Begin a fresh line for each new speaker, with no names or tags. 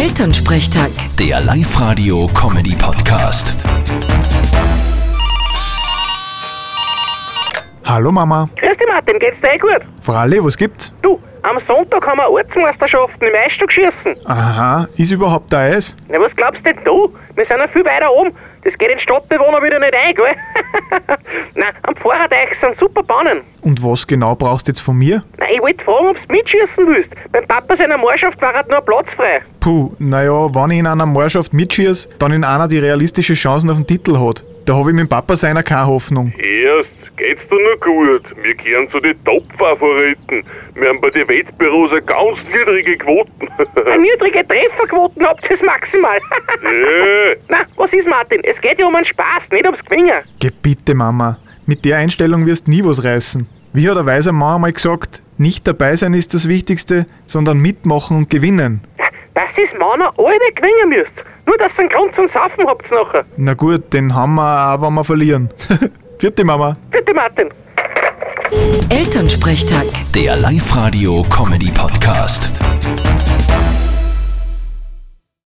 Elternsprechtag.
Der Live-Radio-Comedy-Podcast.
Hallo Mama.
Grüß dich Martin, geht's dir eh gut?
Fralli, was gibt's?
Du, am Sonntag haben wir Ortsmeisterschaften im Eisstock schießen.
Aha, ist überhaupt da Eis?
Na, was glaubst denn du? Wir sind ja viel weiter oben. Das geht den Stadtbewohner wieder nicht ein, gell? Nein, am Pfarrerteich sind super Bahnen.
Und was genau brauchst du jetzt von mir?
Nein, ich wollte fragen, ob du mitschießen willst. Beim Papa seiner Mannschaft war halt nur ein Platz frei.
Puh, naja, wenn ich in einer Mannschaft mitschieße, dann in einer, die realistische Chancen auf den Titel hat. Da habe ich mit dem Papa seiner keine Hoffnung.
Erst geht's dir nur gut. Wir gehören zu den Top-Favoriten. Wir haben bei den Wettbüros eine ganz niedrige Quoten.
Eine niedrige Trefferquoten habt ihr maximal.
Äh,
Na, was ist Martin? Es geht ja um einen Spaß, nicht ums Gewinnen.
Geh bitte Mama, mit der Einstellung wirst nie was reißen. Wie hat ein weiser Mann einmal gesagt, nicht dabei sein ist das Wichtigste, sondern mitmachen und gewinnen.
Na, Das ist Männer alle gewinnen müsst. Nur, dass ihr einen Grund zum Saufen habt nachher.
Na gut, den haben wir auch, wenn wir verlieren. Vierte Mama.
Bitte Martin.
Elternsprechtag.
Der Live-Radio-Comedy-Podcast.